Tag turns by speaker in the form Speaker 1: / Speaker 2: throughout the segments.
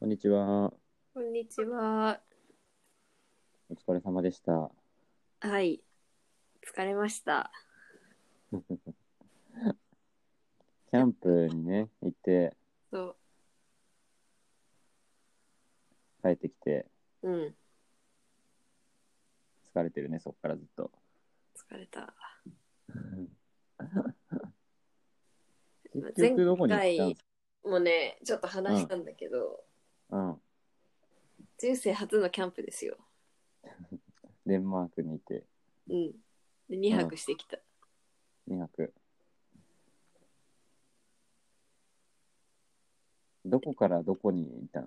Speaker 1: こんにちは。
Speaker 2: こんにちは。
Speaker 1: お疲れ様でした。
Speaker 2: はい。疲れました。
Speaker 1: キャンプにね、行って
Speaker 2: そ
Speaker 1: 帰ってきて、
Speaker 2: う。うん。
Speaker 1: 疲れてるね、そっからずっと。
Speaker 2: 疲れた。
Speaker 1: 結局どこに行ったんです
Speaker 2: もうね、ちょっと話したんだけど、
Speaker 1: かうん。
Speaker 2: 人生初のキャンプですよ。
Speaker 1: デンマークにいて、
Speaker 2: うん。で、2泊してきた。
Speaker 1: 2泊。どこからどこに行った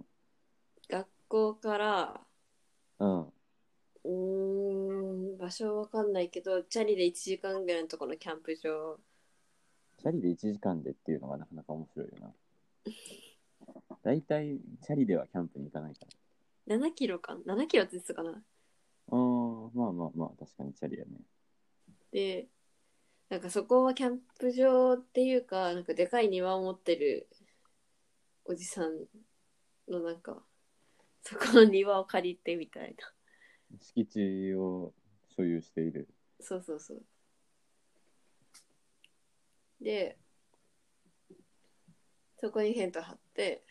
Speaker 2: 学校から、
Speaker 1: の
Speaker 2: うーん、場所わかんないけど、チャリで1時間ぐらいのところのキャンプ
Speaker 1: う
Speaker 2: 場。
Speaker 1: ん。チャリで1時間でっていうのがなかなか面白いよな。だいたいチャリではキャンプに行かないから。
Speaker 2: 7キロかな ?7 キロって言ってたかな
Speaker 1: あーまあまあまあ、確かにチャリやね。
Speaker 2: で、なんかそこはキャンプ場っていうか、なんかでかい庭を持ってるおじさんのなんか、そこの庭を借りてみたいな。
Speaker 1: 敷地を所有している。
Speaker 2: そうそうそう。で、そこにテント張って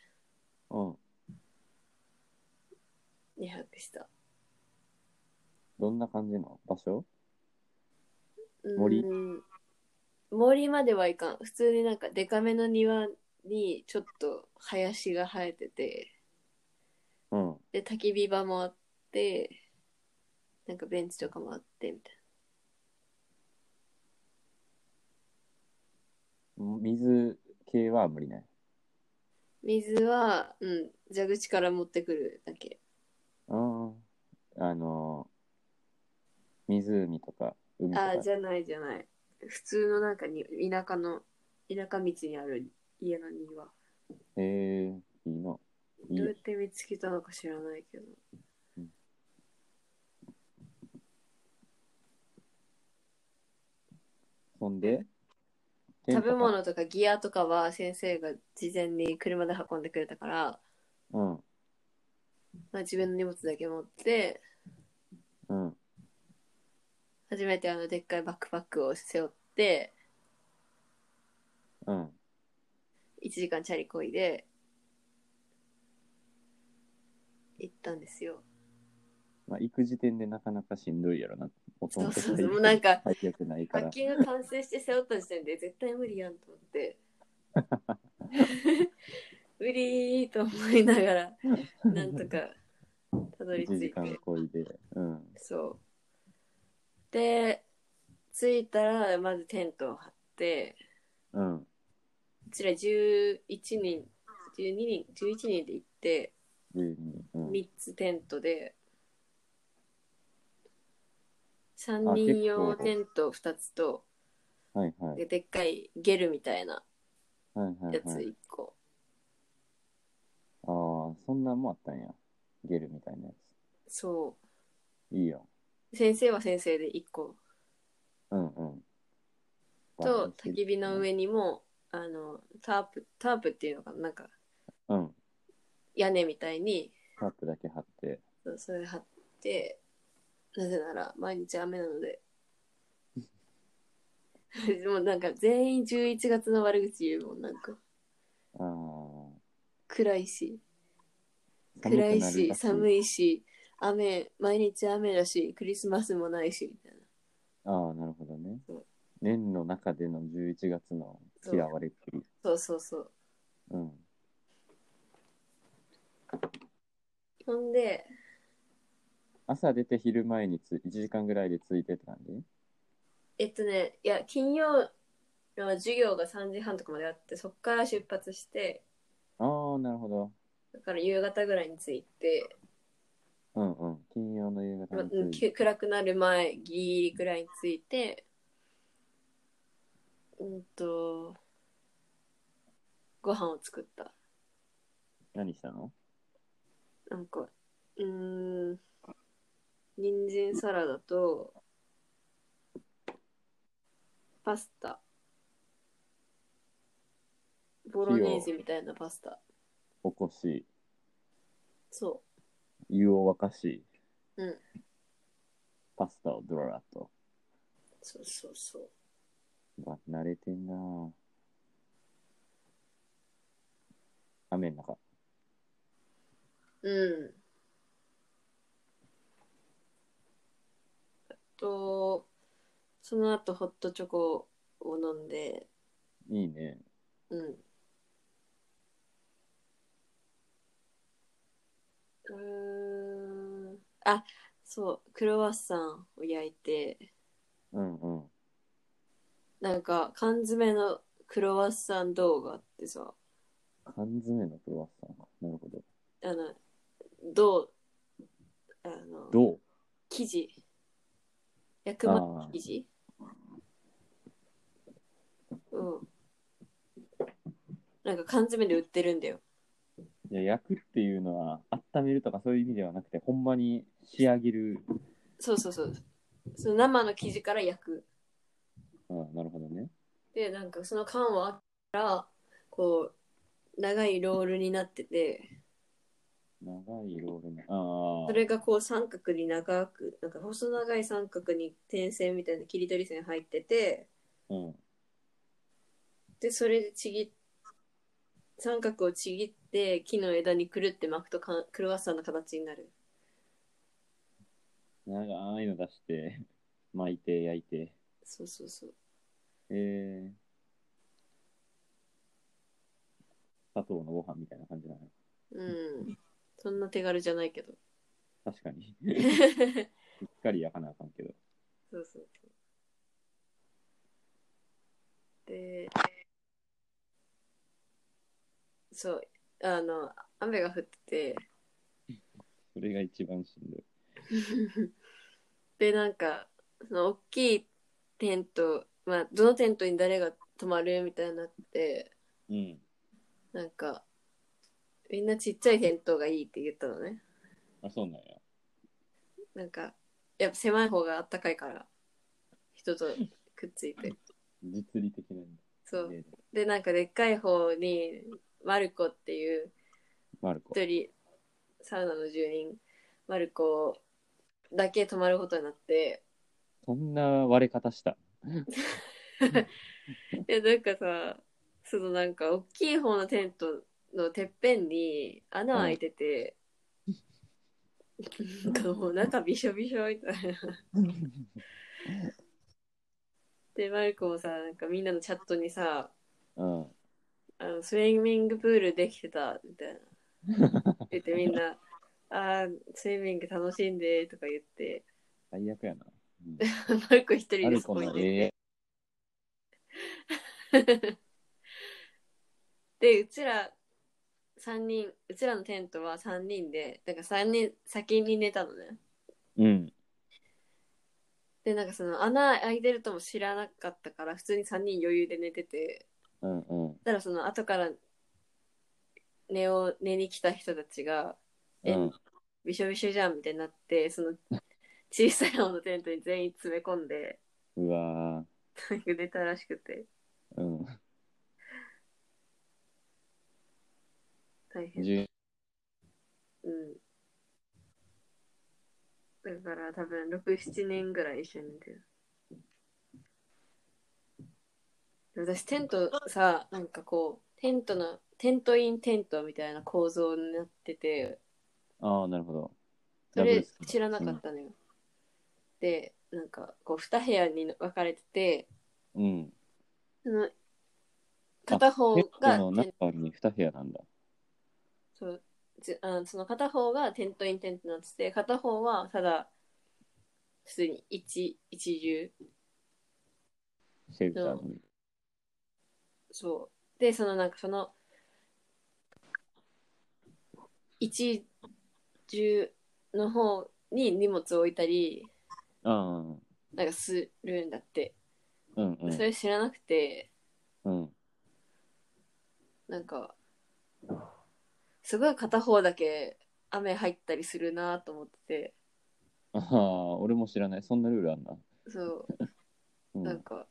Speaker 1: うん。
Speaker 2: 2泊した。
Speaker 1: どんな感じの場所
Speaker 2: うーん
Speaker 1: 森
Speaker 2: 森まではいかん。普通になんかでかめの庭にちょっと林が生えてて、
Speaker 1: うん。
Speaker 2: で焚き火場もあってなんかベンチとかもあってみたい
Speaker 1: 水系は無理ね。
Speaker 2: な水は、うん、蛇口から持ってくるだけ
Speaker 1: ああ。あのー、湖とか海とか
Speaker 2: あ。じゃないじゃない普通のなんかに田舎の田舎道にある家の庭
Speaker 1: ええいいの。いい
Speaker 2: どうやって見つけたのか知らないけど
Speaker 1: うんそんで
Speaker 2: 食べ。物とかギアとかは先生が事前に車で運んでくれたから、
Speaker 1: うん。
Speaker 2: まあ、自分の荷物だけ持って
Speaker 1: うん。
Speaker 2: 初めてあのでっかいバックパックを背負って
Speaker 1: うん。
Speaker 2: 1時間チャリこいで行ったんですよ。
Speaker 1: まあ、行く時点でなかなかしんどいやろな。音
Speaker 2: そう
Speaker 1: と
Speaker 2: そうそうもうなんか
Speaker 1: 入ってないか
Speaker 2: パ
Speaker 1: ら
Speaker 2: ッ。キング完成して背負った時点で絶対無理やんと思って。無理ーと思いながらなんとかたどり
Speaker 1: 1
Speaker 2: 着い
Speaker 1: 時間
Speaker 2: て。
Speaker 1: こいで。うん。
Speaker 2: そう。で着いたらまずテントを張って
Speaker 1: うん。
Speaker 2: うちら11人12人11人で行って
Speaker 1: 12。うん。
Speaker 2: 3つテントで
Speaker 1: あ
Speaker 2: 3人用
Speaker 1: 結構
Speaker 2: テント2つと
Speaker 1: はいはい。
Speaker 2: ででっかいゲルみたいな
Speaker 1: はいはい
Speaker 2: や
Speaker 1: は
Speaker 2: つ
Speaker 1: い。
Speaker 2: 1個
Speaker 1: ああ、そんなんもあったんや。ゲルみたいなや
Speaker 2: そ
Speaker 1: つ。いいよ。
Speaker 2: う先生は先生で1個
Speaker 1: うんうん。
Speaker 2: と焚き火の。上にもあのタープタープっていうのかななんか
Speaker 1: うん。
Speaker 2: 屋根みたいに
Speaker 1: タープだけ貼って。
Speaker 2: そうそれ貼ってなぜなら毎日雨なので もうなんか全員11月の悪口言うもんなんか
Speaker 1: ああ。
Speaker 2: 暗いし
Speaker 1: 寒くな
Speaker 2: 暗
Speaker 1: る
Speaker 2: い
Speaker 1: ら
Speaker 2: し寒
Speaker 1: い。
Speaker 2: いし雨毎日雨だしクリスマスもないしみたいな
Speaker 1: ああ、なるほどね
Speaker 2: そう。
Speaker 1: 年の中での11月の嫌われっぷり。
Speaker 2: そうそうそう
Speaker 1: うん。
Speaker 2: ほんで
Speaker 1: 朝出て昼前につ1時間ぐらいで着いてって感じ
Speaker 2: えっとねいや金曜の授業が3時半とかまであってそっから出発して
Speaker 1: ああ、なるほど。
Speaker 2: だから夕方ぐらいに着いて、
Speaker 1: うんうん。金曜の夕
Speaker 2: ま
Speaker 1: 方
Speaker 2: あ
Speaker 1: に
Speaker 2: うん
Speaker 1: 着いて。
Speaker 2: き暗くなる前ギリギリぐらいに着いてうんとご飯を作った
Speaker 1: 何したの
Speaker 2: なんかうーん人参サラダとパスタボロネーゼみたいなパスタ
Speaker 1: おこし。
Speaker 2: そ
Speaker 1: 湯を沸かし、
Speaker 2: うん
Speaker 1: パスタをドララと。
Speaker 2: う。そうそうそう。
Speaker 1: うわ慣れてんなぁ雨の中。
Speaker 2: うん。あと、その後ホットチョコを飲んで、
Speaker 1: いいね。
Speaker 2: うん。うーん。あ、そう、クロワッサンを焼いて、
Speaker 1: うんうん。
Speaker 2: なんか缶詰のクロワッサン動画ってさ、
Speaker 1: 缶詰のクロワッサンか。なるほど。
Speaker 2: あの、銅、あの、
Speaker 1: どう
Speaker 2: 生地、焼くまでの生地うん。なんか缶詰で売ってるんだよ。
Speaker 1: いや焼くっていうのは温めるとかそういう意味ではなくてほんまに仕上げる、
Speaker 2: そうそうそう。その生の生地から焼く。
Speaker 1: うん、なるほどね
Speaker 2: でなんかその缶はあったらこう長いロールになってて
Speaker 1: 長いロールのああ
Speaker 2: それがこう三角に長くなんか細長い三角に点線みたいな切り取り線入ってて
Speaker 1: うん
Speaker 2: でそれでちぎっ三角をちぎって木の枝にくるって巻くとかんクロワッサンの形になる
Speaker 1: 長いの出して 巻いて焼いて
Speaker 2: そうそうそう
Speaker 1: えー、砂糖のご飯みたいな感じなの
Speaker 2: うんそんな手軽じゃないけど
Speaker 1: 確かに
Speaker 2: そ
Speaker 1: し
Speaker 2: う
Speaker 1: っかり焼かなあかんけど
Speaker 2: そうそうでそうあの雨が降ってて
Speaker 1: それが一番しんどい
Speaker 2: でなんかその大きいテント、まあ、どのテントに誰が泊まるみたいになって
Speaker 1: うん
Speaker 2: なんかみんなちっちゃいテントがいいって言ったのね
Speaker 1: あそうなんや
Speaker 2: なんかやっぱ狭い方があったかいから人とくっついて
Speaker 1: 実利的な
Speaker 2: そう
Speaker 1: ね
Speaker 2: でなんかでっかい方にマルコっていう
Speaker 1: マルコ
Speaker 2: 一人サウナの住人マルコだけ泊まることになって
Speaker 1: そんな割れ方した
Speaker 2: でなんかさそのなんか大きい方のテントのてっぺんに穴開いてて、なんかもう中びしょびしょみたいな。でマルコもさなんかみんなのチャットにさ
Speaker 1: うん
Speaker 2: あのスイミングプールできてたみたいな言ってみんな「あースイミング楽しんで」とか言って
Speaker 1: 最悪やな、うん
Speaker 2: マルコ一人
Speaker 1: マ
Speaker 2: で
Speaker 1: ル
Speaker 2: そ
Speaker 1: コ
Speaker 2: こに
Speaker 1: の
Speaker 2: いて
Speaker 1: ええ
Speaker 2: でうちら3人うちらのテントは3人でなんか3人先に寝たのね
Speaker 1: うん。
Speaker 2: でなんかその穴開いてるとも知らなかったから普通に3人余裕で寝てて
Speaker 1: うんうん。
Speaker 2: だからその後から寝を寝に来た人たちが「え、
Speaker 1: うん
Speaker 2: びしょびしょじゃん」みたいになってその小さい方のテントに全員詰め込んで
Speaker 1: うわ
Speaker 2: なんか寝たらしくて
Speaker 1: ーうん。
Speaker 2: 大変
Speaker 1: 10
Speaker 2: うんだから多分67年ぐらい一緒に寝てるで私テントさなんかこうテントのテントインテントみたいな構造になってて
Speaker 1: ああ、なるほど。
Speaker 2: それ
Speaker 1: ス
Speaker 2: 知らなかったのよ、でなんかこう2部屋に分かれてて
Speaker 1: うん。うん。
Speaker 2: その片方
Speaker 1: ベッド
Speaker 2: が
Speaker 1: の中に2部屋なんだ。
Speaker 2: そうじあその片方がテントインテントになってて片方はただ普通に一一流
Speaker 1: シェルターの。
Speaker 2: そうでそのなんかその一重の方に荷物を置いたり
Speaker 1: ああ。
Speaker 2: なんかするんだって、
Speaker 1: うんうん
Speaker 2: そ。れ知らなくて
Speaker 1: うん。
Speaker 2: なんか、すごい片方だけ雨入ったりするなと思ってて、
Speaker 1: ああ、俺も知らない。そんなルールあんな。
Speaker 2: そうう、なん
Speaker 1: ん。
Speaker 2: か、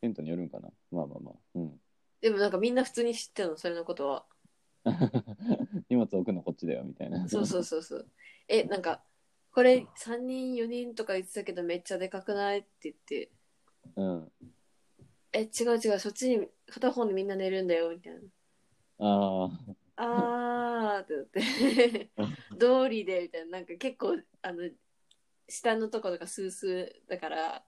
Speaker 1: テントによるんかな。まあまあまあ。うん。
Speaker 2: でもなんかみんな普通に知ってるの、それのことは。
Speaker 1: 荷物置くのこっちだよみたいな。
Speaker 2: そうそうそうそう。え、なんか、これ3人4人とか言ってたけどめっちゃでかくないって言って、
Speaker 1: うん。
Speaker 2: え、違う違う、そっちに片方でみんな寝るんだよみたいな。
Speaker 1: ああ。
Speaker 2: あーってなって、道理でみたいな、なんか結構、あの、下のとことかスースーだから、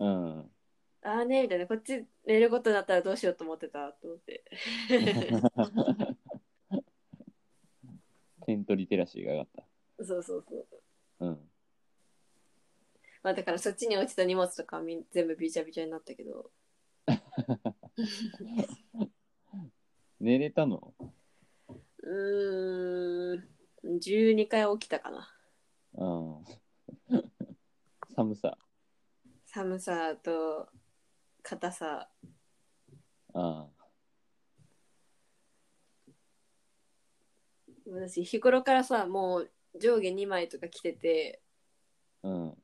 Speaker 1: うん。
Speaker 2: あーねみたいな、こっち寝ることになったらどうしようと思ってたと思って。
Speaker 1: 点取りテラシーが上がっ
Speaker 2: そうそうそう。
Speaker 1: た。うん。
Speaker 2: まあだからそっちに落ちた荷物とかみん全部びちゃびちゃになったけど、
Speaker 1: 寝れたの
Speaker 2: うーん、12回起きたかな。
Speaker 1: うん。寒さ。
Speaker 2: 寒さと硬さ
Speaker 1: あ
Speaker 2: 私日頃からさもう上下2枚とか着てて
Speaker 1: あ。うん。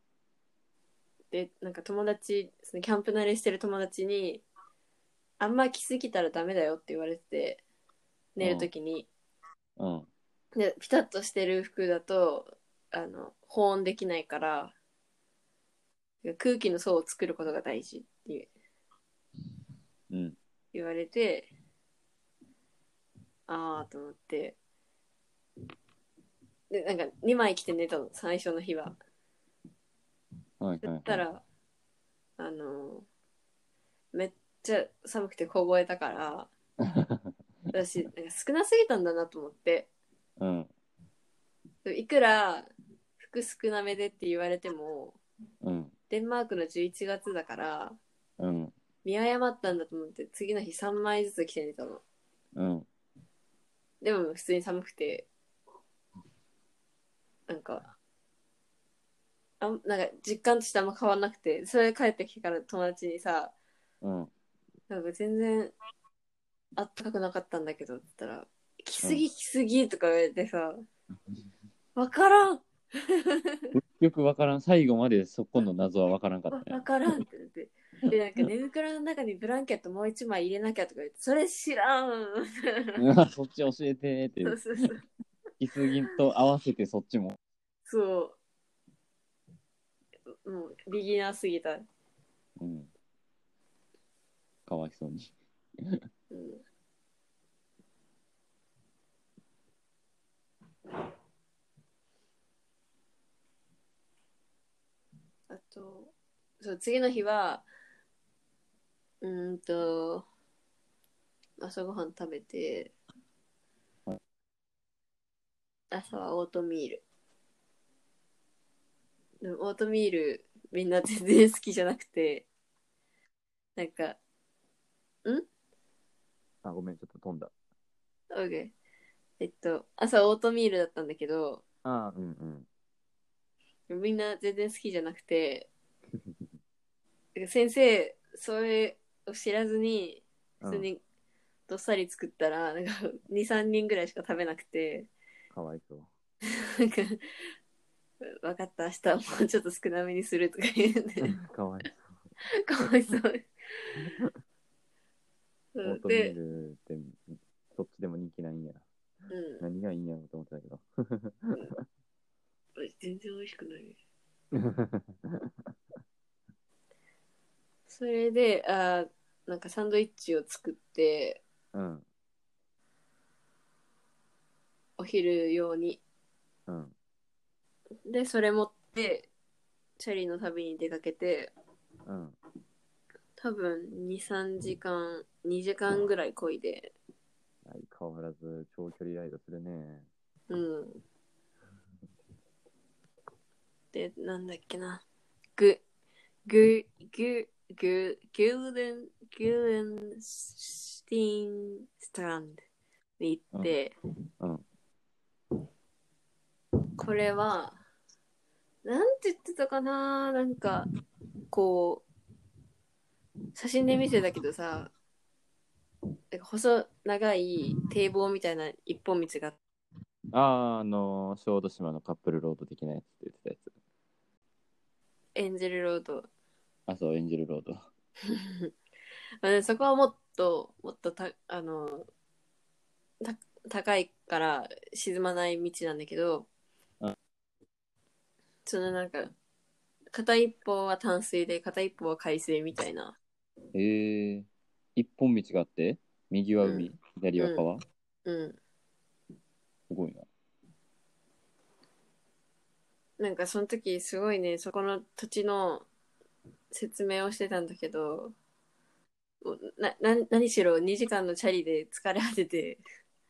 Speaker 2: でなんか友達そのキャンプ慣れしてる友達にあんま着すぎたらダメだよって言われてて寝る時に、
Speaker 1: うん。
Speaker 2: でピタッとしてる服だとあの保温できないから空気の層を作ることが大事って
Speaker 1: うん。
Speaker 2: 言われてああと思ってでなんか2枚着て寝たの最初の日は
Speaker 1: はいはい、
Speaker 2: そ
Speaker 1: は
Speaker 2: し
Speaker 1: い。
Speaker 2: たら、あの、めっちゃ寒くて凍えたから、私、なんか少なすぎたんだなと思って、
Speaker 1: うん。
Speaker 2: いくら服少なめでって言われても、
Speaker 1: うん。
Speaker 2: デンマークの11月だから、
Speaker 1: うん。
Speaker 2: 見誤ったんだと思って、次の日3枚ずつ着て寝たの。
Speaker 1: うん。
Speaker 2: でも普通に寒くて、なんか、あんなんか実感としてあんま変わんなくて、それで帰ってきてから友達にさ、
Speaker 1: うん。
Speaker 2: なんか全然あったかくなかったんだけどって言ったら「来すぎ来すぎ」とか言われてさ「わからん
Speaker 1: 結局わからん。最後までそこの謎はわからんか
Speaker 2: わ
Speaker 1: ったね
Speaker 2: わ。からん」って言って でなんか寝袋の中にブランケットもう一枚入れなきゃとか言って「それ知らん」
Speaker 1: うわ そっち教えてーって
Speaker 2: そう。そうそう
Speaker 1: 引きすぎと合わせてそっちも。
Speaker 2: そうもうビギナーすぎた、
Speaker 1: うん。かわいそうに。
Speaker 2: うん、あとそう次の日はうーんと朝ごはん食べて朝はオートミールでもオートミールみんな全然好きじゃなくてなんか
Speaker 1: あ、ごめん、ちょっと飛んだ。
Speaker 2: OK えっと朝オートミールだったんだけど
Speaker 1: あうんうん。
Speaker 2: みんな全然好きじゃなくて先生それを知らずに普通にどっさり作ったら、なんか23人ぐらいしか食べなくて
Speaker 1: かわいそう。
Speaker 2: なんか「分かった明日はもうちょっと少なめにする」とか言うね
Speaker 1: かわい
Speaker 2: かわいそ う
Speaker 1: そう。オー
Speaker 2: うん
Speaker 1: トミー
Speaker 2: で、
Speaker 1: ルって、そっちでも人気ないんや。
Speaker 2: う
Speaker 1: 何がいいんやろうと思ってたけ ど。
Speaker 2: ん、全然美味しくないそれであーなんかサンドイッチを作って
Speaker 1: うん。
Speaker 2: お昼用に
Speaker 1: うん。
Speaker 2: でそれ持ってチャリの旅に出かけて
Speaker 1: うん。
Speaker 2: 多分23時間2時間ぐらいこいで
Speaker 1: 相変わらず長距離ライドするね。
Speaker 2: うんでなんだっけなググググギューデンギューデンスティンスタンドに行って、
Speaker 1: うん。
Speaker 2: これはなんて言ってたかななんかこう写真で見てたけどさなんか細長い堤防みたいな一本道が
Speaker 1: ああ、あのー、小豆島のカップルロード的なやつって言ってたやつ。
Speaker 2: エンジェルロード
Speaker 1: あ、そう、エンジェルロード。
Speaker 2: まあねそこはもっともっとたあのた高いから沈まない道なんだけど
Speaker 1: うん、
Speaker 2: そのなんか、片一方は淡水で、片一方は海水みたいな。
Speaker 1: へえ。一本道があって、右は海、
Speaker 2: う
Speaker 1: 左は川、す
Speaker 2: うん。
Speaker 1: ごいな。
Speaker 2: なんかその時すごいね、そこの土地の説明をしてたんだけど、もうなな何しろ2時間のチャリで疲れ果てて、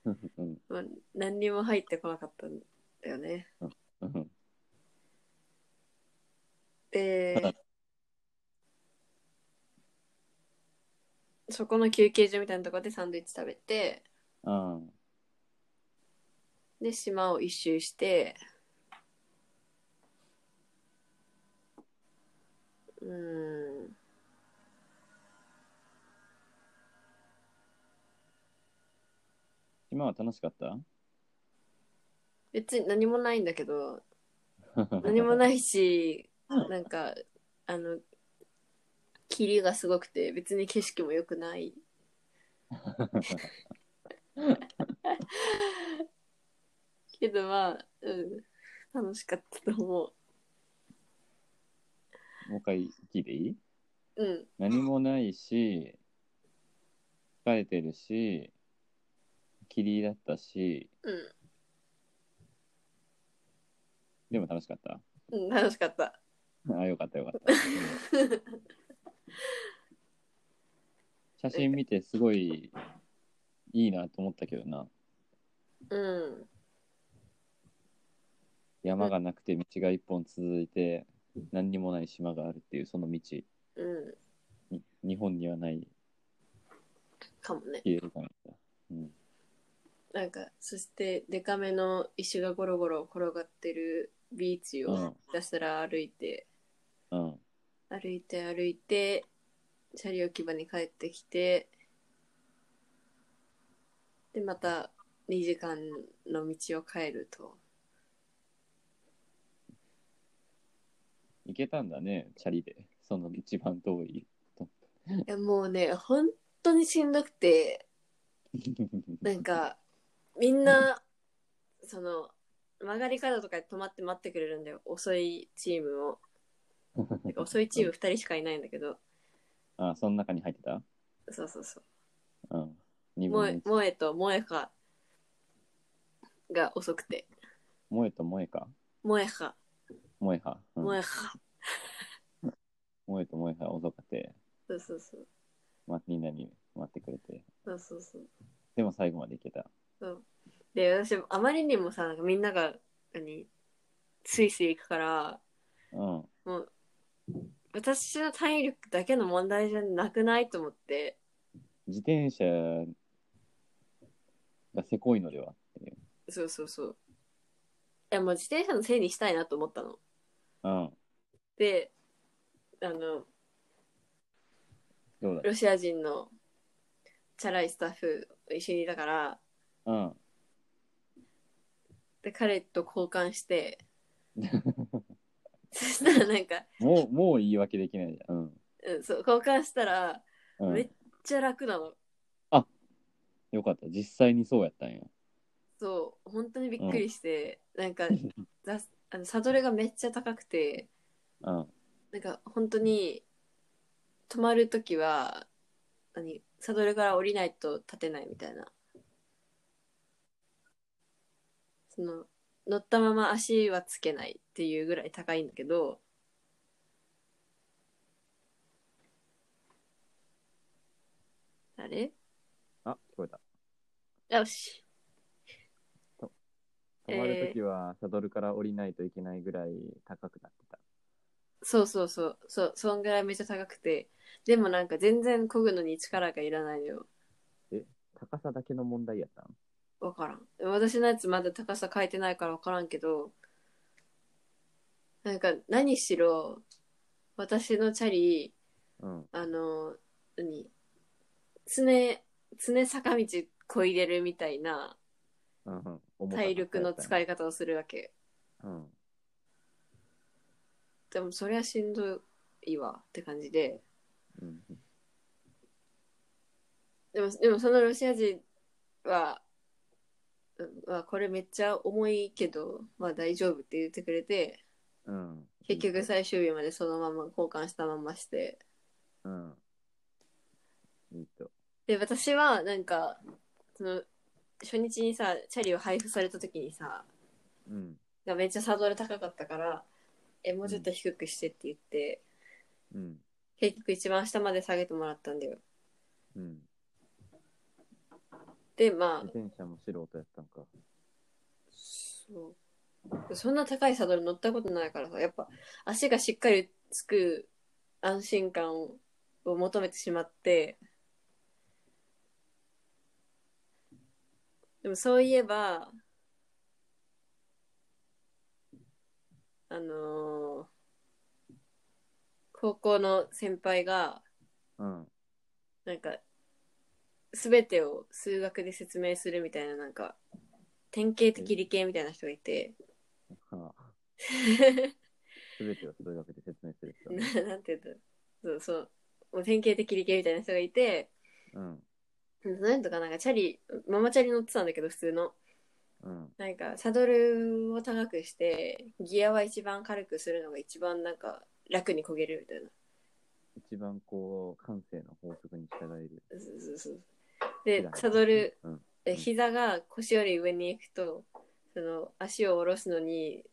Speaker 1: うん。
Speaker 2: まあ、何にも入ってこなかったんだよね。
Speaker 1: うん
Speaker 2: で、 そこの休憩所みたいなところでサンドイッチ食べて、
Speaker 1: あ
Speaker 2: で、島を一周して、うーん。
Speaker 1: 今は楽しかった
Speaker 2: 別に何もないんだけど、何も
Speaker 1: い。
Speaker 2: ないし、
Speaker 1: うん
Speaker 2: なんか、あの、霧がすごくて、別に景色も良くない。けどまあ、うん、楽しかったと思。
Speaker 1: もう一回聞いていいう
Speaker 2: うん、
Speaker 1: 何もないし、疲れてるし、霧だったし、
Speaker 2: うん
Speaker 1: でも楽しかった。
Speaker 2: うん、楽しかった。
Speaker 1: あ、よかったよかった。写真見てすごいいいなと思ったけどな。
Speaker 2: うん、
Speaker 1: 山がなくて道が一本続いて、何にもない島があるっていうその道。
Speaker 2: うん、
Speaker 1: に日本にはない
Speaker 2: かもね。
Speaker 1: 綺麗さみたいな。うん。
Speaker 2: なんか、そして、デカめの石がゴロゴロ転がってるビーチ
Speaker 1: うん
Speaker 2: をひたすら歩いて、
Speaker 1: うん。
Speaker 2: 歩いて歩いて、チャリ置き場に帰ってきて、で、また2時間の道を帰ると。
Speaker 1: 行けたんだね、チャリで。その一番遠い。
Speaker 2: いや、もうね、本当にしんどくて、なんか、みんな、その、曲がり角とかで止まって待ってくれるんだよ。遅いチームを。てか遅いチーム2人しかいないんだけど、
Speaker 1: あ、その中に入ってた
Speaker 2: そうそうそう。
Speaker 1: うん。二
Speaker 2: 萌
Speaker 1: 分の
Speaker 2: え
Speaker 1: 一。
Speaker 2: 萌えと萌えかが遅くて。
Speaker 1: 萌えと萌えか。
Speaker 2: 萌えか、
Speaker 1: 萌え派。うん
Speaker 2: 萌えか。
Speaker 1: 萌えと萌え派遅くて、
Speaker 2: そうそうそう。
Speaker 1: ま、みんなに待ってくれて。
Speaker 2: そうそうそう。
Speaker 1: でも最後まで行けた。
Speaker 2: そうで、私、あまりにもさ、なんかみんなが、何、スイスイ行くから、
Speaker 1: うん。
Speaker 2: もう、私の体力だけの問題じゃなくないと思って、
Speaker 1: 自転車がせこいのではっていう。
Speaker 2: そうそうそう。いや、もう自転車のせいにしたいなと思ったの。
Speaker 1: うん。
Speaker 2: で、あの、
Speaker 1: どうだ
Speaker 2: ロシア人のチャラいスタッフ一緒にいたから、
Speaker 1: うん。
Speaker 2: で、彼と交換して、そしたらなんか、
Speaker 1: もう、もう言い訳できないじゃん。うん。
Speaker 2: うん、そう、交換したら、
Speaker 1: う
Speaker 2: めっ
Speaker 1: ん、
Speaker 2: ちゃ楽なの。
Speaker 1: よかった。実際にそうやったんや。
Speaker 2: そう、本当にびっくりして、なんか、ざあのサドルがめっちゃ高くて、
Speaker 1: うん。
Speaker 2: なんか本当に、止まるときは、何、サドルから降りないと立てないみたいな。その、乗ったまま足はつけないっていうぐらい高いんだけど、あれ
Speaker 1: あ、聞こえた。
Speaker 2: よし。
Speaker 1: 止まるときはサドルから降りないといけないぐらい高くなってた。
Speaker 2: そうそうそう。そう、そんぐらいめっちゃ高くて。でもなんか全然漕ぐのに力がいらないのよ。
Speaker 1: 高さだけの問題やったん
Speaker 2: わからん。私のやつまだ高さ変えてないからわからんけど、なんか何しろ、私のチャリ、
Speaker 1: うん。
Speaker 2: あの、何常、常坂道こいでるみたいな
Speaker 1: うんうん、重たかった
Speaker 2: 体力の使
Speaker 1: い。
Speaker 2: い方をするわけ。
Speaker 1: うん。
Speaker 2: でもそりゃしんどいわって感じで。
Speaker 1: うん。
Speaker 2: でも、でもそのロシア人は、うんあこれめっちゃ重いけどまあ大丈夫って言ってくれて
Speaker 1: うん。
Speaker 2: 結局最終日までそのまま交換したままして
Speaker 1: うん。いいと。
Speaker 2: で私はなんかその初日にさチャリを配布された時にさ
Speaker 1: うん。
Speaker 2: がめっちゃサドル高かったからえもうちょっと低くしてって言って、
Speaker 1: うん。
Speaker 2: 結局一番下まで下げてもらったんだよ
Speaker 1: うん。
Speaker 2: でまあ
Speaker 1: 自転車も素人やったんか。
Speaker 2: そうそんな高いサドル乗ったことないからさやっぱ足がしっかりつく安心感を求めてしまってでもそういえばあのー高校の先輩が
Speaker 1: うん。
Speaker 2: なんか全てを数学で説明するみたいななんか典型的理系みたいな人がいて
Speaker 1: はあ。すべてを数学で説明する人。
Speaker 2: ななんて言うんだろうそうそうもう典型的理系みたいな人がいて
Speaker 1: うん。
Speaker 2: なんとかなんかチャリママチャリ乗ってたんだけど普通の
Speaker 1: うん。
Speaker 2: なんかサドルを高くしてギアは一番軽くするのが一番なんか楽に漕げるみたいな
Speaker 1: 一番こう、感性の法則に従える。
Speaker 2: そうそうそうでサドル。
Speaker 1: うん。
Speaker 2: え
Speaker 1: うん
Speaker 2: 膝が腰より上に行くとその足を下ろすのに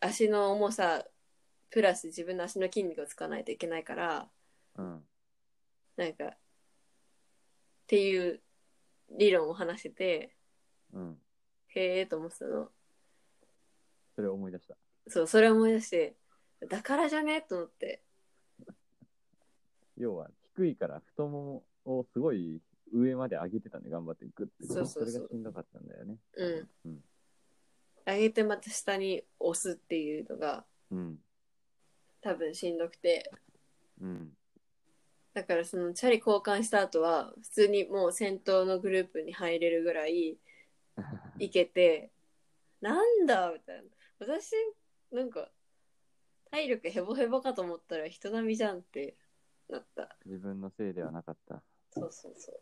Speaker 2: 足の重さプラス自分の足の筋肉を使わないといけないから
Speaker 1: うん。
Speaker 2: なんかっていう理論を話してて
Speaker 1: うん。
Speaker 2: へえと思ってたの
Speaker 1: それを思い出した。
Speaker 2: そうそれを思い出してだからじゃねと思って
Speaker 1: 要は、低いから太ももをすごい上まで上げてたね、頑張って。グッて。
Speaker 2: そうそうそう
Speaker 1: れがしんどかったんだよね。
Speaker 2: うん
Speaker 1: うん。
Speaker 2: 上げてまた下に押すっていうのが
Speaker 1: うん。
Speaker 2: 多分しんどくて
Speaker 1: うん。
Speaker 2: だからそのチャリ交換した後は普通にもう先頭のグループに入れるぐらい行けて、なんだみたいな。私、なんか、体力ヘボヘボかと思ったら人並みじゃんってなった。
Speaker 1: 自分のせいではなかった。
Speaker 2: そうそうそう。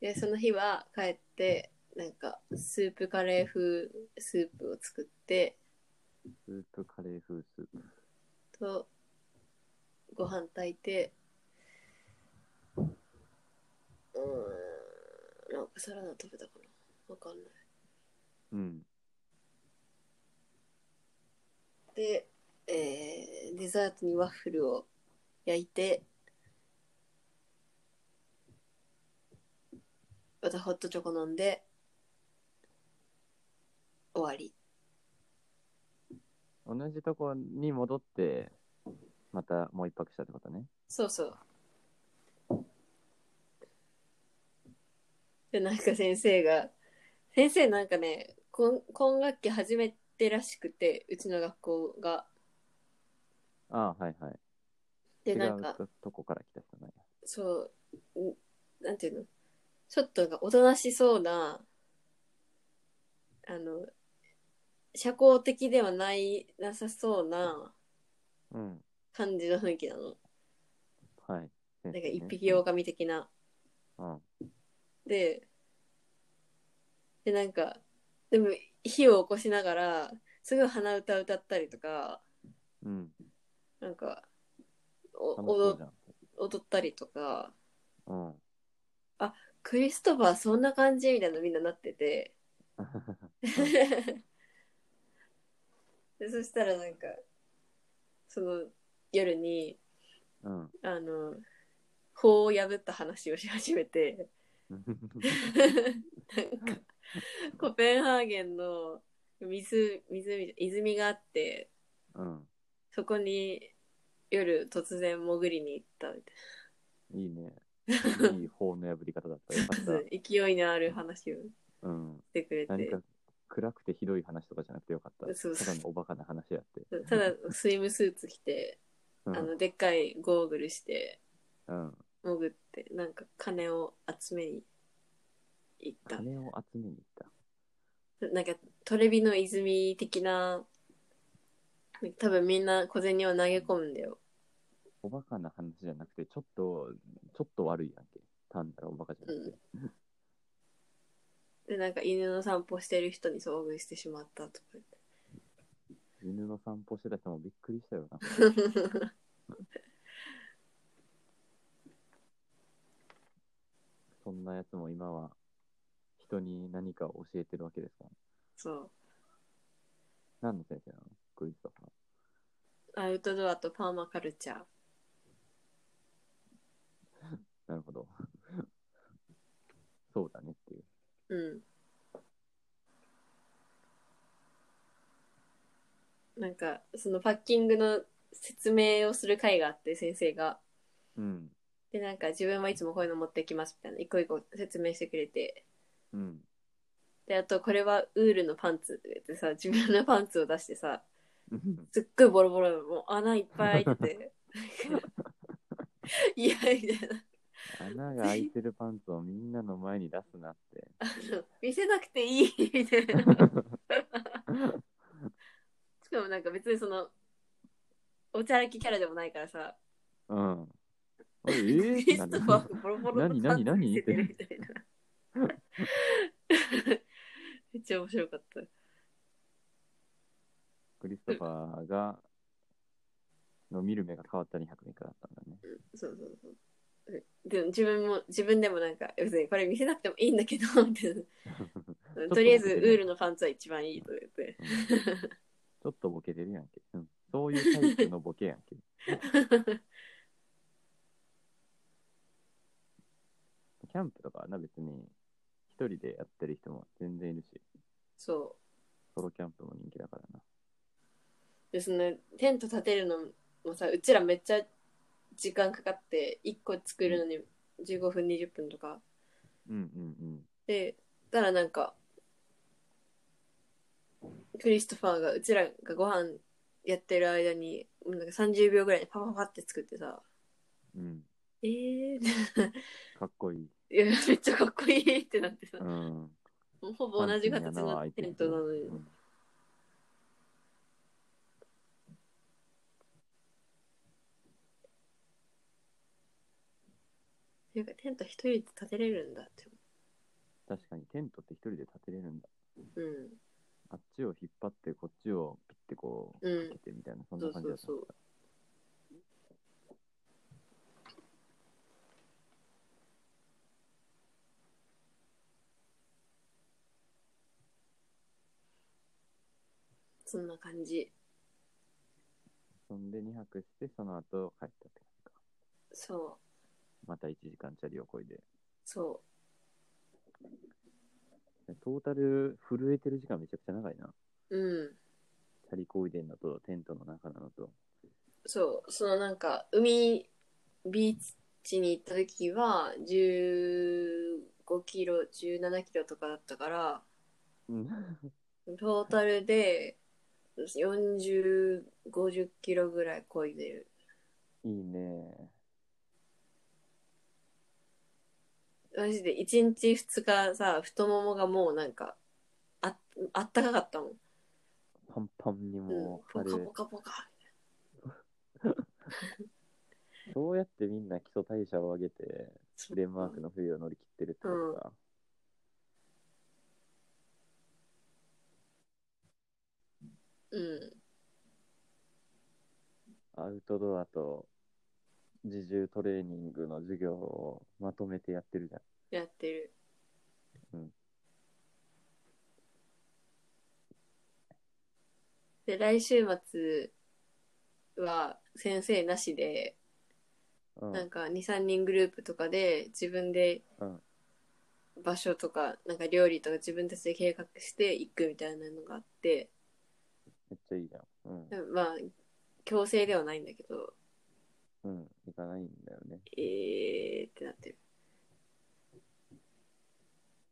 Speaker 2: で、その日は帰って、なんか、スープカレー風スープを作って、
Speaker 1: スープカレー風スープ。
Speaker 2: と、ご飯炊いて、うーん、なんかサラダ食べたかなわかんない。
Speaker 1: うん。
Speaker 2: で、えーデザートにワッフルを焼いてまたホットチョコ飲んで終わり
Speaker 1: 同じとこに戻って、またもう一泊したってことね。
Speaker 2: そうそうでなんか先生が先生なんかね今今学期初めてらしくてうちの学校が
Speaker 1: ああ、はいはい。
Speaker 2: で
Speaker 1: 違
Speaker 2: なん
Speaker 1: う
Speaker 2: か
Speaker 1: ととこから来た人ね。
Speaker 2: そうんなんていうのちょっとなんかおとなしそうなあの社交的ではないなさそうな
Speaker 1: うん。
Speaker 2: 感じの雰囲気なの
Speaker 1: はい。なん
Speaker 2: なんか一匹。狼的な
Speaker 1: うん。
Speaker 2: ででなんかでも火を起こしながらすぐ鼻歌歌ったりとか
Speaker 1: うん。
Speaker 2: なんかお
Speaker 1: 楽しそう
Speaker 2: 踊
Speaker 1: じゃん。
Speaker 2: 踊ったりとか
Speaker 1: うん。
Speaker 2: クリストファーそんな感じみたいなみんななっててでそしたらなんかその夜に
Speaker 1: うん。
Speaker 2: あの法を破った話をし始めて なんかコペンハーゲンの水湖泉があって
Speaker 1: うん。
Speaker 2: そこに夜突然潜りに行ったみ
Speaker 1: いい ね。いい法の破り方だった。よか
Speaker 2: たい
Speaker 1: っ
Speaker 2: な勢いのある話を
Speaker 1: た。うん。
Speaker 2: してくれ
Speaker 1: 何
Speaker 2: て
Speaker 1: か暗くてひどい話とかじゃなくてよかった。
Speaker 2: そうそう
Speaker 1: ただのおバカな話やって。
Speaker 2: ただスイムスーツ着て
Speaker 1: う
Speaker 2: あ
Speaker 1: ん。
Speaker 2: のでっかいゴーグルして
Speaker 1: うん。
Speaker 2: 潜ってなんか金を集めに行った
Speaker 1: 金を集めに行った。
Speaker 2: なんかトレビの泉的な多分みんな小銭を投げ込むんだよ
Speaker 1: おバカな話じゃなくて、ちょっと、ちょっと悪いやんけ。単なるおバカじゃなくて。
Speaker 2: で、なんか犬の散歩してる人に遭遇してしまったとか言って。
Speaker 1: 犬の散歩してた人もびっくりしたよ な。そんなやつも今は人に何かを教えてるわけですから。
Speaker 2: そう。
Speaker 1: 何の先生なのクリストファー。
Speaker 2: アウトドアとパーマカルチャー。
Speaker 1: なるほど。 そうだねっていう。
Speaker 2: うん。なんか、そのパッキングの説明をする会があって、先生が。
Speaker 1: うん。
Speaker 2: で、なんか、自分はいつもこういうの持ってきますみたいな、一個一個説明してくれて。
Speaker 1: うん。
Speaker 2: で、あと、これはウールのパンツって言ってさ、自分のパンツを出してさ、
Speaker 1: うん
Speaker 2: すっごいボロボロ、もう穴いっぱい開いて て。いや、みたいな。
Speaker 1: 穴が開いてるパンツをみんなの前に出すなって。
Speaker 2: あの見せなくていい、みた いな。しかもなんか別にその、おちゃらきキャラでもないからさ、
Speaker 1: うん。おいえ
Speaker 2: ク
Speaker 1: ー、
Speaker 2: リ
Speaker 1: な
Speaker 2: ス
Speaker 1: る
Speaker 2: トファーがボロボロのパンツ見せてるみたいな。 めっちゃ面白かった。
Speaker 1: クリストファーがの見る目が変わった200年からだったんだね。
Speaker 2: そうそうそう。でも自分も、自分でもなんか、別にこれ見せなくてもいいんだけど、 みたいなとりあえずウールのパンツは一番いいと言って。
Speaker 1: うんちょっとボケてるやんけ。うん、そういうタイプのボケやんけ。 キャンプとかはな、別に一人でやってる人も全然いるし、
Speaker 2: そ
Speaker 1: ソロキャンプも人気だからな。
Speaker 2: う。で、その、テント立てるのもさ、うちらめっちゃ時間かかって、1個作るのに15分、20分とか。
Speaker 1: うんうんうん。
Speaker 2: で、たらなんか、クリストファーが、うちらがご飯やってる間に、なんか30秒ぐらいでパパパって作ってさ、
Speaker 1: うん、
Speaker 2: えー、
Speaker 1: かっこいい。
Speaker 2: いやめっちゃかっこいいってなってさ
Speaker 1: う、ん。
Speaker 2: もうほぼ同じ形のテントなのに
Speaker 1: う。ん
Speaker 2: ていうかテント一人で立てれるんだって
Speaker 1: 確かにテントって一人で立てれるんだ。
Speaker 2: 思う。
Speaker 1: あっちを引っ張って、こっちをピッてこう、
Speaker 2: うん
Speaker 1: かけてみたいな、そ
Speaker 2: うんん。
Speaker 1: な
Speaker 2: そう
Speaker 1: 感じ
Speaker 2: そ
Speaker 1: だ
Speaker 2: う
Speaker 1: った。
Speaker 2: そう。そんな感じ。
Speaker 1: そんで2泊して、その後帰ったって感じか。
Speaker 2: そう。
Speaker 1: また1時間チャリをこいで。
Speaker 2: そ
Speaker 1: トータル震えてる時間めちゃくちゃ長いな。
Speaker 2: う。うん。
Speaker 1: チャリこいでんのと、テントの中なのと。
Speaker 2: そう。そのなんか、海、ビーチに行った時は、15キロ、17キロとかだったから、
Speaker 1: うん。
Speaker 2: トータルで40、50キロぐらい漕いでる。
Speaker 1: いいね。
Speaker 2: マジで1日2日さ、太ももがもうなんか、ああったかかったもん。
Speaker 1: パンパンに
Speaker 2: うん
Speaker 1: も、う、
Speaker 2: ポ
Speaker 1: あれ
Speaker 2: カ、ポカポカ。
Speaker 1: そうやってみんな基礎代謝を上げて、デンマークの冬を乗り切ってるってことか。
Speaker 2: うん。
Speaker 1: アウトドアと自重トレーニングの授業をまとめてやってるじゃん。
Speaker 2: やってる。
Speaker 1: うん
Speaker 2: で、来週末は先生なしで、
Speaker 1: うん
Speaker 2: なんか23人グループとかで自分で
Speaker 1: うん
Speaker 2: 場所とかなんか料理とか自分たちで計画して行くみたいなのがあって
Speaker 1: めっちゃいいじゃん。うん。
Speaker 2: まあ強制ではないんだけど
Speaker 1: うん。行かないんだよね。
Speaker 2: えーってなってる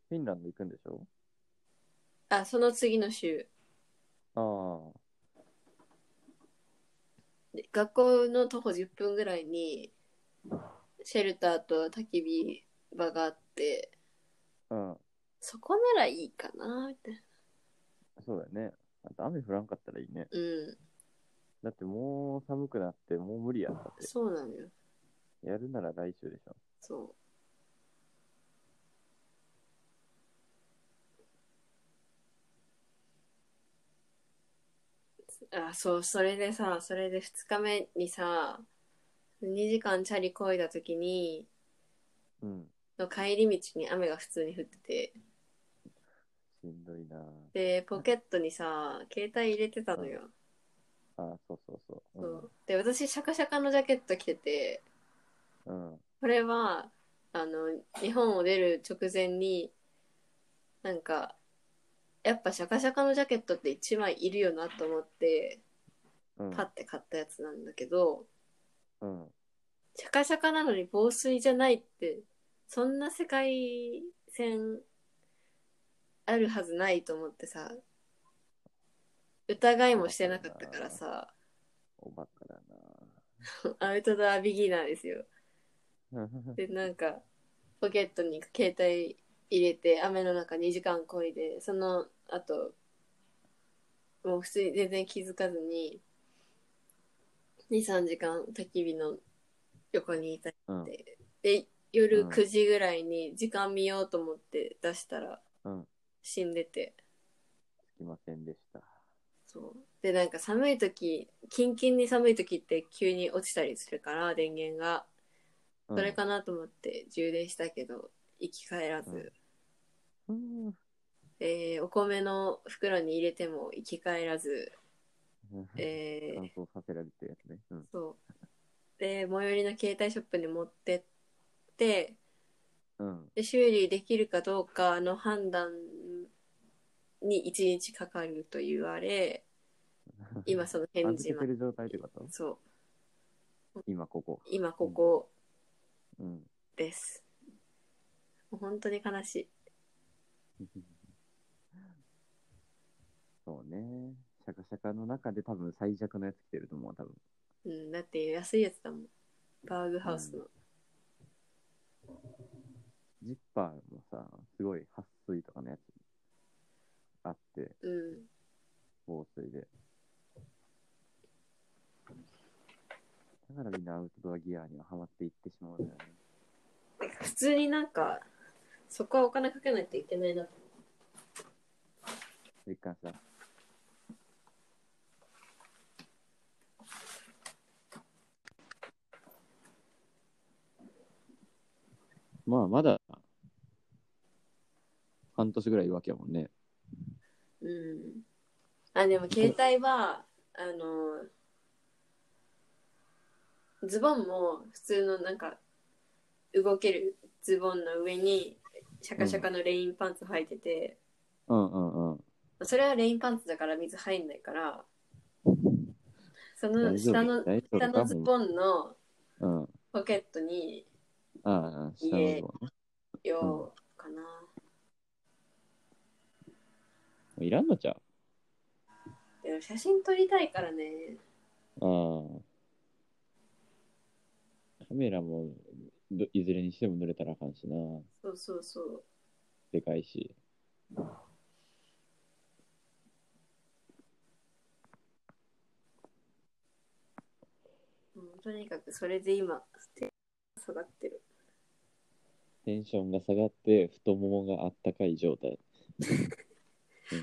Speaker 1: フィンランド行くんでしょ
Speaker 2: あその次の週
Speaker 1: ああ。
Speaker 2: で学校の徒歩10分ぐらいにシェルターと焚き火場があって
Speaker 1: うん。
Speaker 2: そこならいいかなみたいな
Speaker 1: そうだよね。あと雨降らんかったらいいね。
Speaker 2: うん
Speaker 1: だってもう寒くなって、もう無理やったって。
Speaker 2: そうなのよ
Speaker 1: やるなら来週でしょ。
Speaker 2: そうあ、そう、それでさ、それで2日目にさ、2時間チャリこいだ時に、
Speaker 1: うん。
Speaker 2: の帰り道に雨が普通に降ってて、
Speaker 1: しんどいな
Speaker 2: で、ポケットにさ、携帯入れてたのよ。
Speaker 1: ああ、そうそうそう。
Speaker 2: そうで、私、シャカシャカのジャケット着てて、
Speaker 1: うん。うん。
Speaker 2: これは、あの、日本を出る直前に、なんか、やっぱシャカシャカのジャケットって1枚いるよなと思って、
Speaker 1: うん。
Speaker 2: パッて買ったやつなんだけど、
Speaker 1: うん。
Speaker 2: シャカシャカなのに防水じゃないって、そんな世界線あるはずないと思ってさ、疑いもしてなかったからさ、
Speaker 1: おばっかだ
Speaker 2: アウトドアビギナーですよ。
Speaker 1: な
Speaker 2: で、なんか、ポケットに携帯入れて、雨の中2時間こいで、その後、もう普通に全然気づかずに、2、3時間焚き火の横にいた
Speaker 1: うん。
Speaker 2: で夜
Speaker 1: うん
Speaker 2: 9時ぐらいに時間見ようと思って出したら
Speaker 1: うん。
Speaker 2: 死んでて、
Speaker 1: つきませんでした。
Speaker 2: そうでなんか寒い時キンキンに寒い時って急に落ちたりするから電源が
Speaker 1: うん
Speaker 2: それ。かなと思って充電したけど生き返らず、
Speaker 1: うんうん。
Speaker 2: えーお米の袋に入れても生き返らず、えー
Speaker 1: 乾燥させられてるやつね。うん。
Speaker 2: そうで最寄りの携帯ショップに持ってって
Speaker 1: うん。
Speaker 2: で修理できるかどうかの判断に1日かかると言われ今その返
Speaker 1: 預
Speaker 2: 事
Speaker 1: けて
Speaker 2: まで
Speaker 1: る状態ってこと
Speaker 2: そう
Speaker 1: 今ここ。
Speaker 2: 今ここ
Speaker 1: うん。
Speaker 2: です、もう本当に悲しい
Speaker 1: そうね。シャカシャカの中で多分最弱のやつ来てると思う、多分。
Speaker 2: うん、だって安いやつだもん。バーグハウスの。
Speaker 1: ジッパーもさ、すごい撥水とかのやつあって、
Speaker 2: うん。
Speaker 1: 防水で。だからみんなアウトドアギアにはハマっていってしまうんだよね。
Speaker 2: 普通になんか、そこはお金かけないといけないなと。
Speaker 1: 実感した。まあ、まだ半年ぐらいいるわけやもんね。
Speaker 2: うん。あ、でも携帯は、あの、ズボンも普通のなんか、動けるズボンの上に、シャカシャカのレインパンツ履いてて、
Speaker 1: うんうんうん。
Speaker 2: それはレインパンツだから水入んないから、その
Speaker 1: 大丈夫
Speaker 2: 下の、
Speaker 1: 大丈夫
Speaker 2: 下のズボンの
Speaker 1: うん。あ
Speaker 2: ポケットに、
Speaker 1: あ、下のズボンね。
Speaker 2: ようかな。
Speaker 1: もういらんのちゃう
Speaker 2: でも写真撮りたいからね。
Speaker 1: ああ。カメラもどいずれにしても濡れたらあかんしな。
Speaker 2: そうそうそう。
Speaker 1: でかいし。
Speaker 2: うんとにかくそれで今、下がってる。
Speaker 1: テンションが下がって太ももがあったかい状態。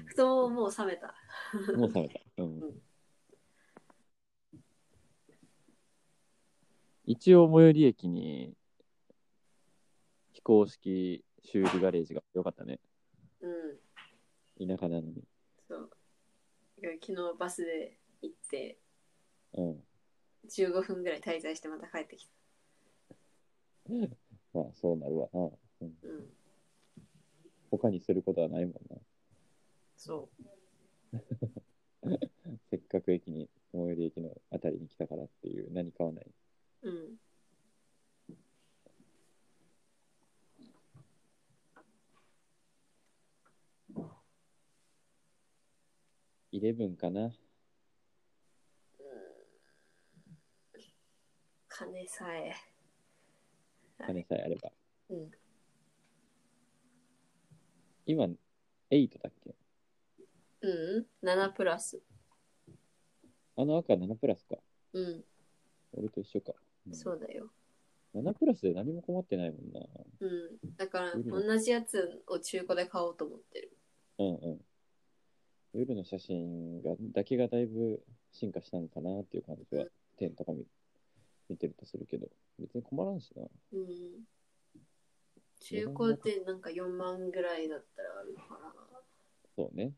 Speaker 2: 布団ももう冷めた。
Speaker 1: もう冷めた。うん
Speaker 2: うん。
Speaker 1: 一応最寄り駅に非公式修理ガレージが良かったね。
Speaker 2: うん。
Speaker 1: 田舎なのに。
Speaker 2: そう。だから昨日バスで行って、
Speaker 1: うん。
Speaker 2: 15分ぐらい滞在してまた帰ってきた。
Speaker 1: まあそうなるわな。うん、
Speaker 2: うん。
Speaker 1: 他にすることはないもんな。
Speaker 2: そ
Speaker 1: せっかく駅に、最寄り駅のあたりに来たからっていう、何かはない。
Speaker 2: う。うん。
Speaker 1: 11かな。
Speaker 2: 金さえ。
Speaker 1: 金さえあれば。
Speaker 2: うん。
Speaker 1: 今、8だっけ
Speaker 2: うん。7プラス。
Speaker 1: あの赤7プラスか。
Speaker 2: うん。
Speaker 1: 俺と一緒か。うん
Speaker 2: そうだよ。
Speaker 1: 7プラスで何も困ってないもんな。
Speaker 2: うん。だから、同じやつを中古で買おうと思ってる。
Speaker 1: うんうん。夜の写真がだけがだいぶ進化したのかなっていう感じは、点とか見見てるとするけど、別に困らんしな。
Speaker 2: うん。中古ってなんか4万ぐらいだったらあるのかな。
Speaker 1: そうね。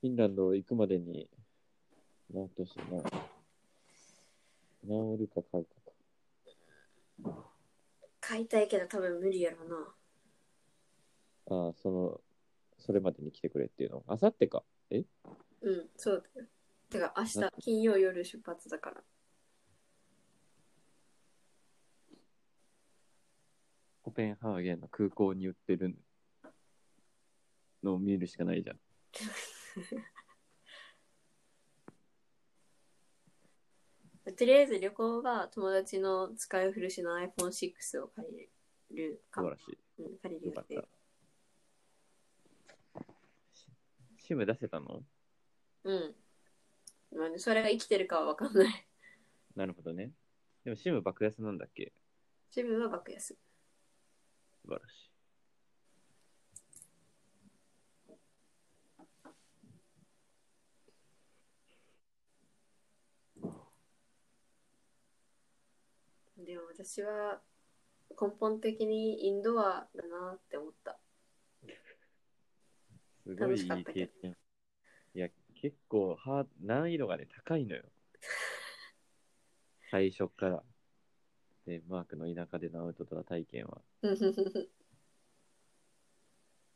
Speaker 1: フィンランド行くまでに、何としてな。治るか買うかか。
Speaker 2: 買いたいけど多分無理やろな。
Speaker 1: ああ、その、それまでに来てくれっていうの。あさってか。
Speaker 2: うん、そうだよ。てか明日、金曜夜出発だから。
Speaker 1: コペンハーゲンの空港に売ってるのを見るしかないじゃん。
Speaker 2: とりあえず旅行は友達の使い古しの iPhone6 を借りるか
Speaker 1: 素晴らしい。
Speaker 2: うん、借りる
Speaker 1: よ
Speaker 2: 予
Speaker 1: かっ
Speaker 2: 定
Speaker 1: た。シム出せたの
Speaker 2: うん。まあね、それが生きてるかは分かんない。
Speaker 1: なるほどね。でもシム爆安なんだっけ
Speaker 2: 自分は爆安。
Speaker 1: 素晴らしい。
Speaker 2: でも私は根本的にインドアだなって思った。
Speaker 1: すごいいい
Speaker 2: 楽しかったけ
Speaker 1: 経験。いや、結構は難易度がね、高いの よ。最初から。デンマークの田舎でのアウトドア体験は。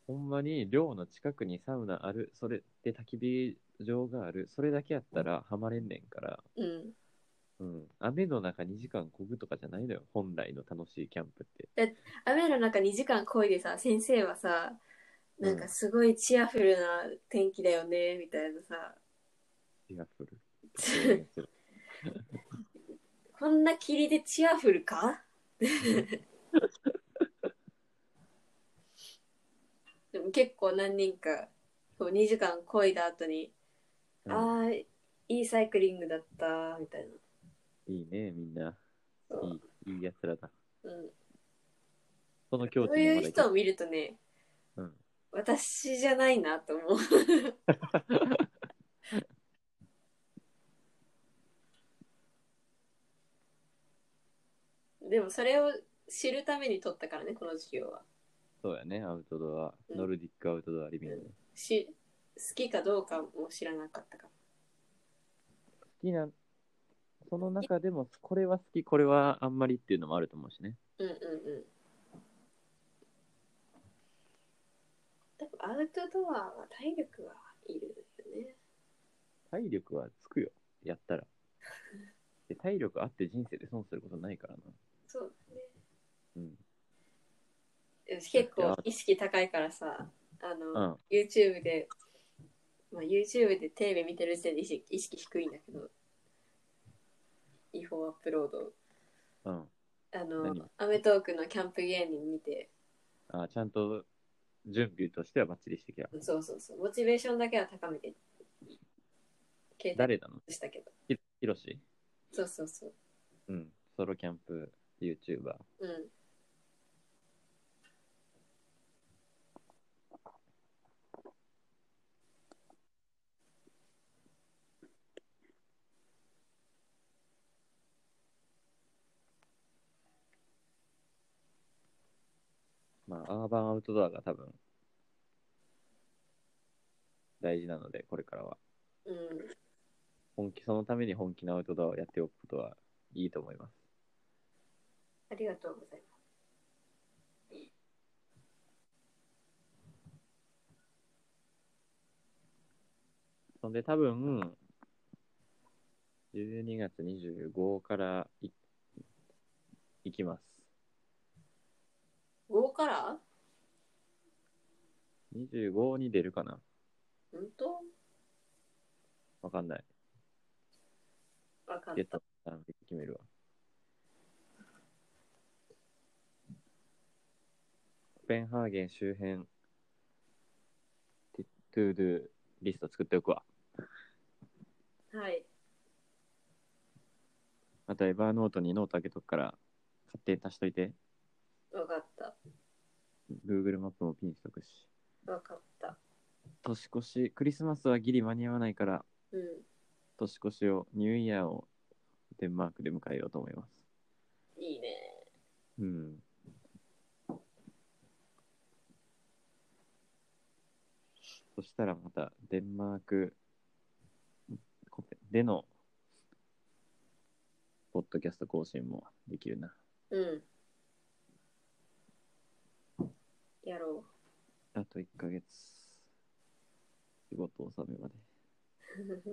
Speaker 1: ほんまに寮の近くにサウナある、それで焚き火場がある、それだけやったらハマれんねんから、
Speaker 2: うん。
Speaker 1: うん、雨の中2時間こぐとかじゃないのよ、本来の楽しいキャンプって。
Speaker 2: 雨の中2時間こいでさ、先生はさ、なんかすごいチアフルな天気だよね、みたいなさ、
Speaker 1: シア フル。
Speaker 2: こんな霧でチアフル かでも結構何人かこう2時間こいだ後に、
Speaker 1: うん
Speaker 2: ああいいサイクリングだったみたいない
Speaker 1: いね、みんな。
Speaker 2: そう
Speaker 1: いい、いいやつらだ。
Speaker 2: うん、
Speaker 1: その境
Speaker 2: そ
Speaker 1: 地
Speaker 2: う
Speaker 1: に
Speaker 2: い
Speaker 1: ま
Speaker 2: う
Speaker 1: だ
Speaker 2: 人を見るとね、
Speaker 1: うん
Speaker 2: 私じゃないなと 思うでもそれを知るために取ったからねこの授業は
Speaker 1: そうやね、アウトドア、
Speaker 2: うん
Speaker 1: ノルディックアウトドアリビング。好
Speaker 2: し好きかどうかも知らなかったから
Speaker 1: きな、その中でも、これは好き、これはあんまりっていうのもあると思うしね。
Speaker 2: うんうんうん。でもアウトドアは体力はいるよね。
Speaker 1: 体力はつくよ、やったら。で体力あって人生で損することないからな。
Speaker 2: そうだね。
Speaker 1: うん。
Speaker 2: でも結構意識高いからさ、あ
Speaker 1: う
Speaker 2: の、
Speaker 1: ん。
Speaker 2: YouTube で、まあ、YouTube でテレビ見てる時点で意識意識低いんだけど、違法アップロード。
Speaker 1: うん。
Speaker 2: あ
Speaker 1: 何
Speaker 2: の、アメトークのキャンプ芸人見て、
Speaker 1: あちゃんと準備としてはバッチリしてきた。
Speaker 2: そうそうそう、モチベーションだけは高めて、携帯
Speaker 1: 誰なの
Speaker 2: でしたけど、
Speaker 1: ひひろし
Speaker 2: そうそうそう。
Speaker 1: うん。ソロキャンプ YouTuber。
Speaker 2: うん。
Speaker 1: まあ、アーバンアウトドアが多分、大事なので、これからは。
Speaker 2: うん
Speaker 1: 本気、そのために本気のアウトドアをやっておくことはいいと思います。
Speaker 2: ありがとうございます。
Speaker 1: そんで、多分、12月25からい行きます。
Speaker 2: 5から
Speaker 1: 25に出るかな
Speaker 2: 本当
Speaker 1: わかんない。
Speaker 2: わか
Speaker 1: ゲ
Speaker 2: っ
Speaker 1: ットの段で決めるわ。コペンハーゲン周辺、ティトゥードゥリスト作っておくわ。
Speaker 2: た。はい。
Speaker 1: またエバーノートにノート開けとくから、勝手に足しといて。
Speaker 2: わかった。
Speaker 1: Google マップもピンしとくし。
Speaker 2: わかった。
Speaker 1: 年越し、クリスマスはギリ間に合わないから、
Speaker 2: うん。
Speaker 1: 年越しを、ニューイヤーをデンマークで迎えようと思います。
Speaker 2: いいね。
Speaker 1: うん。そしたらまたデンマークでのポッドキャスト更新もできるな。
Speaker 2: うん。やろ
Speaker 1: あと1ヶ月仕事納めまで。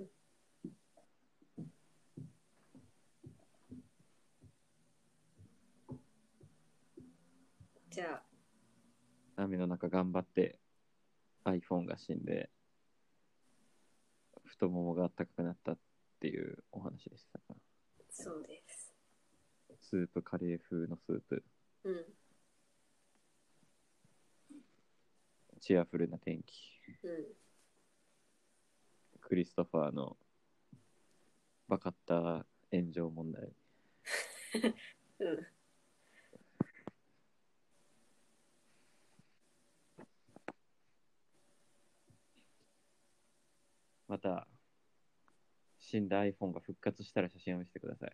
Speaker 2: う。 じゃあ、
Speaker 1: 雨の中頑張って iPhone が死んで太ももが暖かくなったっていうお話でしたか。
Speaker 2: そうです。
Speaker 1: スープカレー風のスープ。
Speaker 2: うん。
Speaker 1: チアフルな天気。
Speaker 2: うん。
Speaker 1: クリストファーのバカった炎上問題。
Speaker 2: うん。
Speaker 1: また、死んだ iPhone が復活したら写真を見せてください。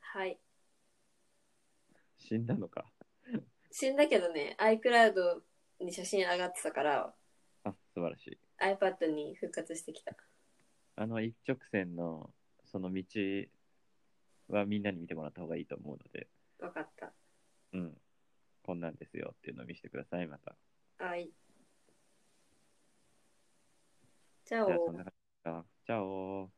Speaker 2: はい。
Speaker 1: 死んだのか。
Speaker 2: 死んだけどね、iCloud に写真上がってたから、
Speaker 1: あ、素晴らしい。
Speaker 2: iPad に復活してきた。
Speaker 1: あの一直線のその道はみんなに見てもらった方がいいと思うので、
Speaker 2: わかった。
Speaker 1: うん。こんなんですよっていうのを見せてください、また。
Speaker 2: はい。じゃあ、
Speaker 1: じゃあそんな感じか。チャオー。